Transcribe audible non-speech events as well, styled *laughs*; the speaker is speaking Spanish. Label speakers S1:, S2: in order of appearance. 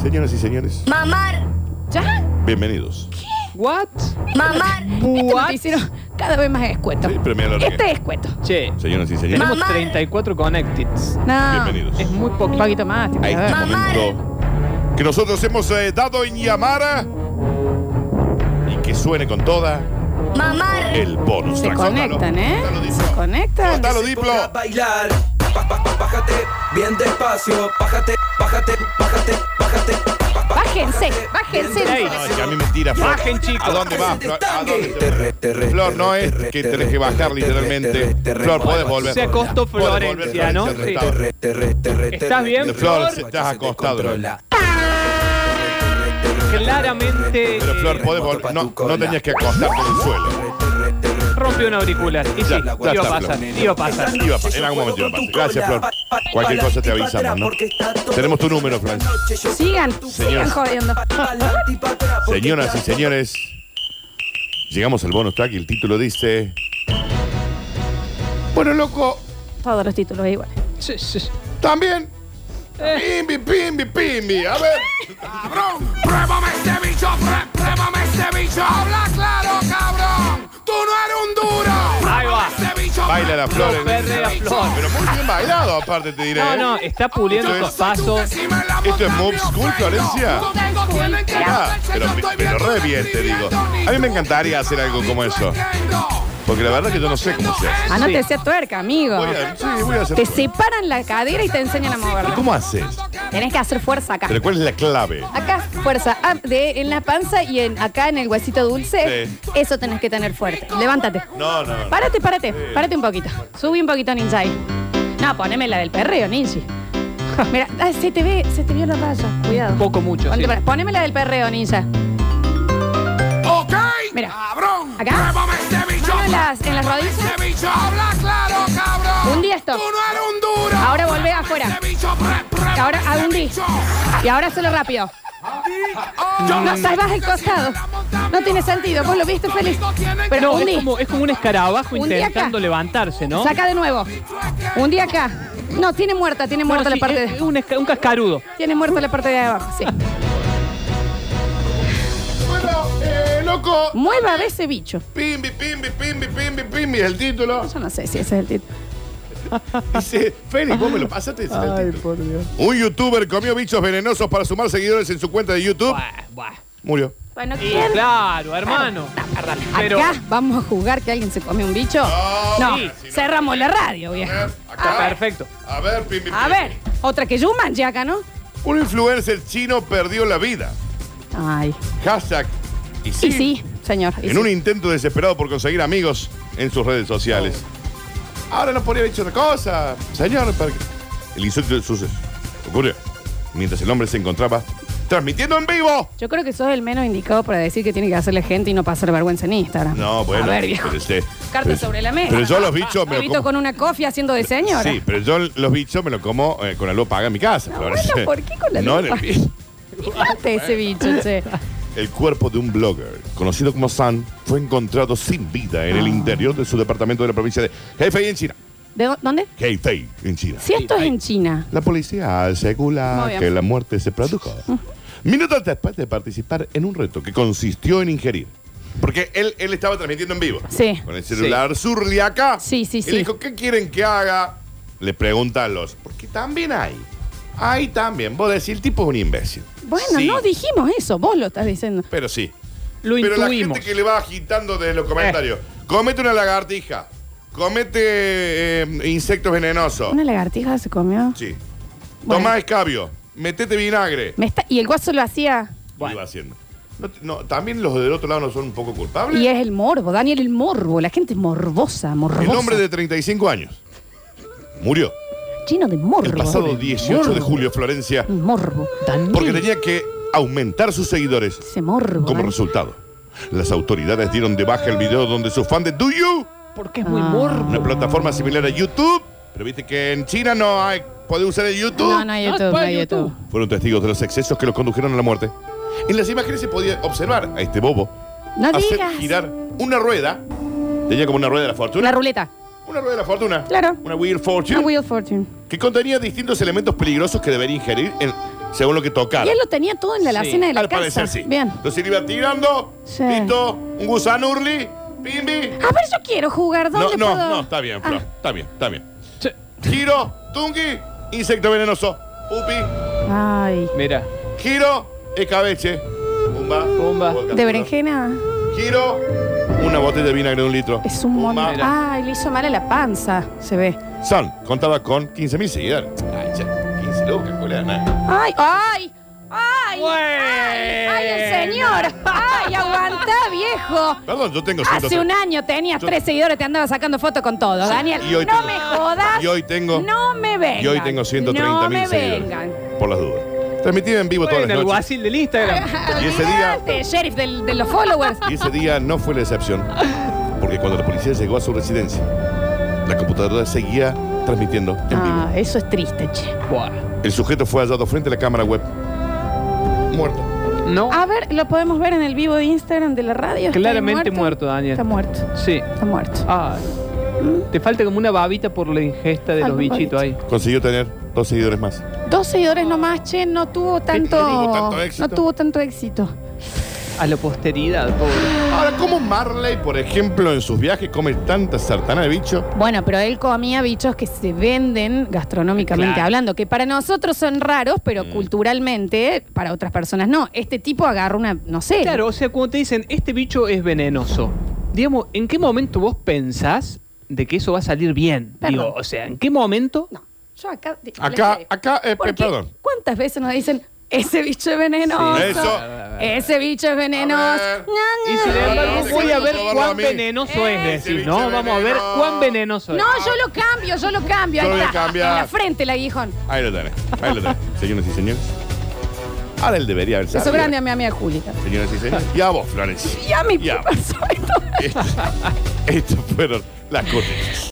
S1: Señoras y señores,
S2: Mamar,
S3: ¿Ya?
S1: bienvenidos.
S3: ¿What?
S2: mamar,
S3: ¿What?
S2: Esto lo hicieron cada vez más escueto.
S1: Sí, pero mira la
S2: este
S1: regla.
S2: es escueto.
S3: Este.
S4: Che,
S1: Señoras y señores,
S4: tenemos
S2: Mamá.
S4: 34 connecteds.
S3: No.
S1: bienvenidos.
S4: Es muy
S3: Un
S4: poquito.
S3: poquito más. te voy
S1: A
S3: a
S1: este
S3: ver.
S2: Mamá.
S1: momento que nosotros hemos eh, dado en Yamara y que suene con toda
S2: Mamar,
S1: el bonus.
S3: Se
S1: track.
S3: conectan, ¿eh?
S1: Bótalo,
S3: Se
S1: Diplo.
S3: conectan.
S1: Bótalo,
S5: se
S1: Diplo.
S5: ponga a bailar. Pa- pa- pa- bájate, bien despacio. Bájate, bájate, bájate, bájate. pa- pa-
S2: bájense, bájense.
S4: Ey.
S1: Ay, que a mí me tira Flor.
S4: Bajen, chicos.
S1: ¿A dónde vas, Flor? ¿A dónde vas? Flor, no es que tenés que bajar literalmente. Flor, podés volver.
S4: Se acostó
S1: Podés volver,
S4: Florencia, ¿no?
S1: Florencia,
S4: Sí.
S1: está.
S4: ¿Estás bien,
S1: Flor,
S4: Flor?
S1: estás acostado.
S4: Claramente
S1: Pero Flor, podés volver. No, no tenías que acostarte en el suelo.
S4: rompe un auricular. Y sí,
S1: Ya, ya
S4: iba a
S1: está,
S4: pasar,
S1: Flor.
S4: iba a pasar.
S1: Iba, en algún momento iba a pasar. Gracias, Flor. Cualquier cosa te avisamos, ¿no? Tenemos tu número, Flor.
S3: Sigan, sigan
S1: Señores.
S3: jodiendo.
S1: Señoras y señores, llegamos al bonus track y el título dice... Bueno, loco,
S3: Todos los títulos iguales.
S4: Sí, sí, sí.
S1: también...
S4: Eh.
S1: Pimbi, pimbi, pimbi. A ver.
S6: cabrón. Pruébame este bicho, prue- pruébame este bicho. Habla claro, cabrón. Tú no eres un duro.
S4: Ahí va.
S6: Este bicho,
S1: Baila la Flor.
S4: No perde la Flor.
S1: Pero muy bien bailado, aparte te diré. ¿eh?
S4: No, no, está puliendo
S1: Esto
S4: los
S1: es-
S4: pasos.
S1: Esto es eh. Mob School, Florencia. Ah, pero, pero re bien, te digo. A mí me encantaría hacer algo como eso. Porque la verdad es que yo no sé cómo se hace.
S3: Ah, no
S4: Sí.
S3: te sea tuerca, amigo.
S1: Voy a, sí, voy a hacer.
S3: Te separan la cadera y te enseñan a
S1: ¿Y
S3: moverla.
S1: cómo haces?
S3: Tenés que hacer fuerza acá.
S1: Pero ¿cuál es la clave?
S3: Acá, fuerza ah, de, en la panza y en, acá en el huesito dulce.
S1: Sí.
S3: Eso tenés que tener fuerte. Levántate.
S1: No, no. no.
S3: Párate, párate. Párate un poquito. Subí un poquito, Ninja. ahí. No, poneme la del perreo, Ninji. *laughs* Mira, ah, se te ve, se te vio la raya. Cuidado.
S4: Poco mucho.
S3: Ponte
S4: sí.
S3: para- Poneme la del perreo, Ninja.
S6: Ok,
S3: Mira.
S6: cabrón.
S3: Acá.
S6: Pruébame este bicho.
S3: Mano en las- en las
S6: pruébame
S3: rodillas.
S6: Este bicho, habla claro, cabrón.
S3: Un día esto.
S6: Tú no eres un duro.
S3: Ahora volvé
S6: Pruébame
S3: afuera.
S6: este bicho, prue-
S3: Y
S6: pruébame
S3: ahora
S6: este
S3: hago un di.
S6: bicho. Oh,
S3: Y ahora solo rápido. No salvas el costado. No tiene sentido. Vos lo viste, Félix. Pero
S4: No,
S3: un
S4: es
S3: día.
S4: como, es como un escarabajo
S3: Un día acá.
S4: intentando levantarse, ¿no?
S3: Saca de nuevo. Un día acá. No, tiene muerta, tiene
S4: No,
S3: muerta
S4: sí, eh,
S3: la parte
S4: es- es
S3: de.
S4: un, esca- un cascarudo.
S3: Tiene muerta la parte de abajo. Sí.
S1: Bueno, eh, loco.
S3: Mueva de ese bicho.
S1: Pimbi, pimbi, pimbi, pimbi, pimbi. El título.
S3: Yo no sé si ese es el título.
S1: Dice, Félix, vos me lo pasaste. Ese era el título.
S4: por Dios.
S1: Un youtuber comió bichos venenosos para sumar seguidores en su cuenta de YouTube.
S4: Buah, buah.
S1: Murió.
S3: Bueno,
S4: Y
S3: ¿quién?
S4: claro, hermano. Pero
S3: Acá vamos a jugar que alguien se come un bicho. No,
S1: sí, no.
S3: cerramos la radio,
S1: A
S3: viejo.
S1: ver,
S4: está
S1: acá.
S4: perfecto.
S1: Ah, A ver, pimbi,
S3: A
S1: pimbi.
S3: ver, otra que Yumanji acá, ¿no?
S1: Un influencer chino perdió la vida.
S3: Ay.
S1: Hashtag. Y sí.
S3: Y sí, señor. y
S1: en
S3: sí.
S1: un intento desesperado por conseguir amigos en sus redes sociales. Ahora no podría haber hecho otra cosa, señor. para que- El insólito suceso ocurrió mientras el hombre se encontraba transmitiendo en vivo.
S3: Yo creo que sos el menos indicado para decir que tiene que hacer la gente y no pasar vergüenza en Instagram.
S1: No, bueno.
S3: A ver, viejo.
S1: pero este-
S3: Carta
S1: pero-
S3: sobre la mesa.
S1: Pero yo los bichos me lo
S3: Huevito
S1: como.
S3: con una cofia haciendo de señora.
S1: Sí, pero yo los bichos me lo como eh, con la luz paga en mi casa.
S3: No,
S1: Flores.
S3: bueno, ¿por qué con la
S1: No,
S3: luz
S1: en el
S3: apagada? Mate ese bicho, che.
S1: El cuerpo de un blogger, conocido como San, fue encontrado sin vida
S3: Ah.
S1: en el interior de su departamento de la provincia de Hefei, en China.
S3: ¿De dó- dónde?
S1: Hefei, en China.
S3: Si esto es en China.
S1: La policía
S3: Muy
S1: asegura
S3: bien.
S1: que la muerte se
S3: *laughs*
S1: produjo minutos después de participar en un reto que consistió en ingerir. Porque él, él estaba transmitiendo en vivo.
S3: Sí.
S1: Con el celular surliaca.
S3: Sí, sí,
S1: y
S3: sí.
S1: dijo, ¿qué quieren que haga? Le pregunta a los. Porque también hay. Hay también. Vos decís, el tipo es un imbécil.
S3: Bueno,
S1: Sí,
S3: no dijimos eso, vos lo estás diciendo.
S1: Pero sí.
S4: Lo
S1: Pero la
S4: intuimos.
S1: gente que le va agitando desde los comentarios.
S3: Eh.
S1: Comete una lagartija. Comete eh, insectos venenosos.
S3: Una lagartija se comió.
S1: Sí.
S3: Bueno.
S1: Tomá escabio. Metete vinagre.
S3: Me está- y el guaso lo hacía.
S4: Bueno.
S1: Iba haciendo. No, no, también los del otro lado no son un poco culpables.
S3: Y es el morbo, Daniel, el morbo. La gente es morbosa, morbosa.
S1: El hombre de 35 años murió
S3: Lleno de morbo.
S1: el pasado 18 de julio Florencia
S3: Morbo. Daniel.
S1: porque tenía que aumentar sus seguidores
S3: Ese morbo. ¿eh?
S1: como
S3: Daniel.
S1: resultado. Las autoridades dieron de baja el video donde su fan de Do You,
S4: Porque es muy
S3: Ah.
S4: morbo.
S1: una plataforma similar a YouTube, pero viste que en China no hay, podés usar el YouTube.
S3: No, no hay
S4: No,
S3: YouTube, no
S4: ¿cuál
S3: hay
S4: YouTube?
S3: YouTube.
S1: Fueron testigos de los excesos que lo condujeron a la muerte. En las imágenes se podía observar a este bobo
S3: No
S1: hacer
S3: digas.
S1: girar una rueda. Tenía como una rueda de la fortuna.
S3: La ruleta.
S1: Una rueda de la fortuna.
S3: Claro.
S1: Una Wheel Fortune.
S3: No, Wheel Fortune.
S1: Que contenía distintos elementos peligrosos que debería ingerir en según lo que tocara.
S3: Y él lo tenía todo en la alacena de la
S1: Al
S3: casa.
S1: parecer sí.
S3: Bien.
S1: Entonces él iba tirando,
S3: Sí.
S1: listo, un gusano urli, pimbi.
S3: A ver, yo quiero jugar.
S1: No,
S3: ¿Dónde
S1: no,
S3: puedo? Ah.
S1: no, está bien, Flor, está bien, está bien.
S4: Che,
S1: Giro, tungi, insecto venenoso, upi,
S3: Ah. Ay.
S4: Mira,
S1: giro, escabeche, pumba,
S4: Pumba.
S1: vodka,
S3: ¿De
S1: pumba.
S3: berenjena?
S1: Giro, una botella de vinagre de un litro.
S3: Es un
S1: Pumba.
S3: montón. Ah. Ay, le hizo mal a la panza. Se ve.
S1: Son contaba con 15.000 seguidores. Ay, ya, 15 lucas, colega,
S3: Ay, ay, ay.
S4: Güey.
S3: Ay, ay, el señor. Ay, aguanta, viejo.
S1: Perdón, yo tengo
S3: Hace
S1: 103.
S3: un año tenías
S1: Yo-
S3: tres seguidores, te andaba sacando fotos con todo, Daniel.
S1: y hoy
S3: no
S1: tengo-
S3: me jodas.
S1: y hoy tengo-
S3: No me vengan.
S1: Y hoy tengo 130
S3: No
S1: mil
S3: me
S1: seguidores.
S3: vengan.
S1: Por las dudas. Transmitido en vivo todas
S4: en el
S1: las noches.
S4: guasil del Instagram.
S1: Y ese día-
S3: Olvídate, sheriff del- de
S1: *laughs*
S3: los followers.
S1: Y ese día no fue la excepción. Porque cuando la policía llegó a su residencia, la computadora seguía transmitiendo en vivo.
S3: Ah, eso es triste, che.
S4: Buah.
S1: El sujeto fue hallado frente a la cámara web. Muerto.
S4: No.
S3: A ver, ¿lo podemos ver en el vivo de Instagram de la radio? ¿Está
S4: Claramente muerto, Daniel.
S3: Está muerto,
S4: Sí.
S3: está muerto.
S4: Ah. Te falta como una babita por la ingesta de los
S3: Algún
S4: bichitos ahí.
S3: babito.
S1: Consiguió tener dos seguidores más.
S3: Dos seguidores nomás, che, no tuvo tanto,
S1: tuvo tanto éxito.
S3: no tuvo tanto éxito.
S4: A la posteridad, pobre.
S1: Ahora, ¿cómo Marley, por ejemplo, en sus viajes come tanta sartana de bicho?
S3: Bueno, pero él comía bichos que se venden gastronómicamente
S4: Claro.
S3: hablando, que para nosotros son raros,
S1: Mm.
S3: pero culturalmente para otras personas no. Este tipo agarra una, no sé.
S4: Claro, o sea, cuando te dicen, este bicho es venenoso, digamos, ¿en qué momento vos pensás de que eso va a salir bien?
S3: Perdón.
S4: Digo, o sea, ¿en qué momento?
S3: No, yo acá.
S1: Acá, acá, eh,
S3: Porque,
S1: perdón.
S3: ¿Cuántas veces nos dicen ese bicho es venenoso?
S4: Sí.
S1: Eso.
S3: Ese bicho es
S1: A
S3: venenoso.
S1: ver.
S3: No,
S4: Y sin
S3: no,
S4: embargo,
S3: ese
S4: voy a ver
S1: bicho.
S4: cuán
S1: Probarlo a mí.
S4: venenoso es
S1: Ese
S4: decir,
S1: bicho
S4: ¿no? Vamos a ver
S1: venenoso.
S4: cuán venenoso es.
S3: No, yo lo cambio, yo lo cambio.
S1: Yo
S3: Ahí
S1: lo voy a
S3: está,
S1: cambiar.
S3: En la frente el aguijón.
S1: Ahí lo tenés, ahí
S3: *laughs*
S1: lo tenés. Señoras y señores. Ahora él debería haber
S3: Eso
S1: sabido.
S3: grande a mi amiga Julita.
S1: Señoras y señores. Y a vos, Florencia.
S3: *laughs* Y a mi
S1: Y a-
S3: papá, sobre todo.
S1: Estas fueron las cortes.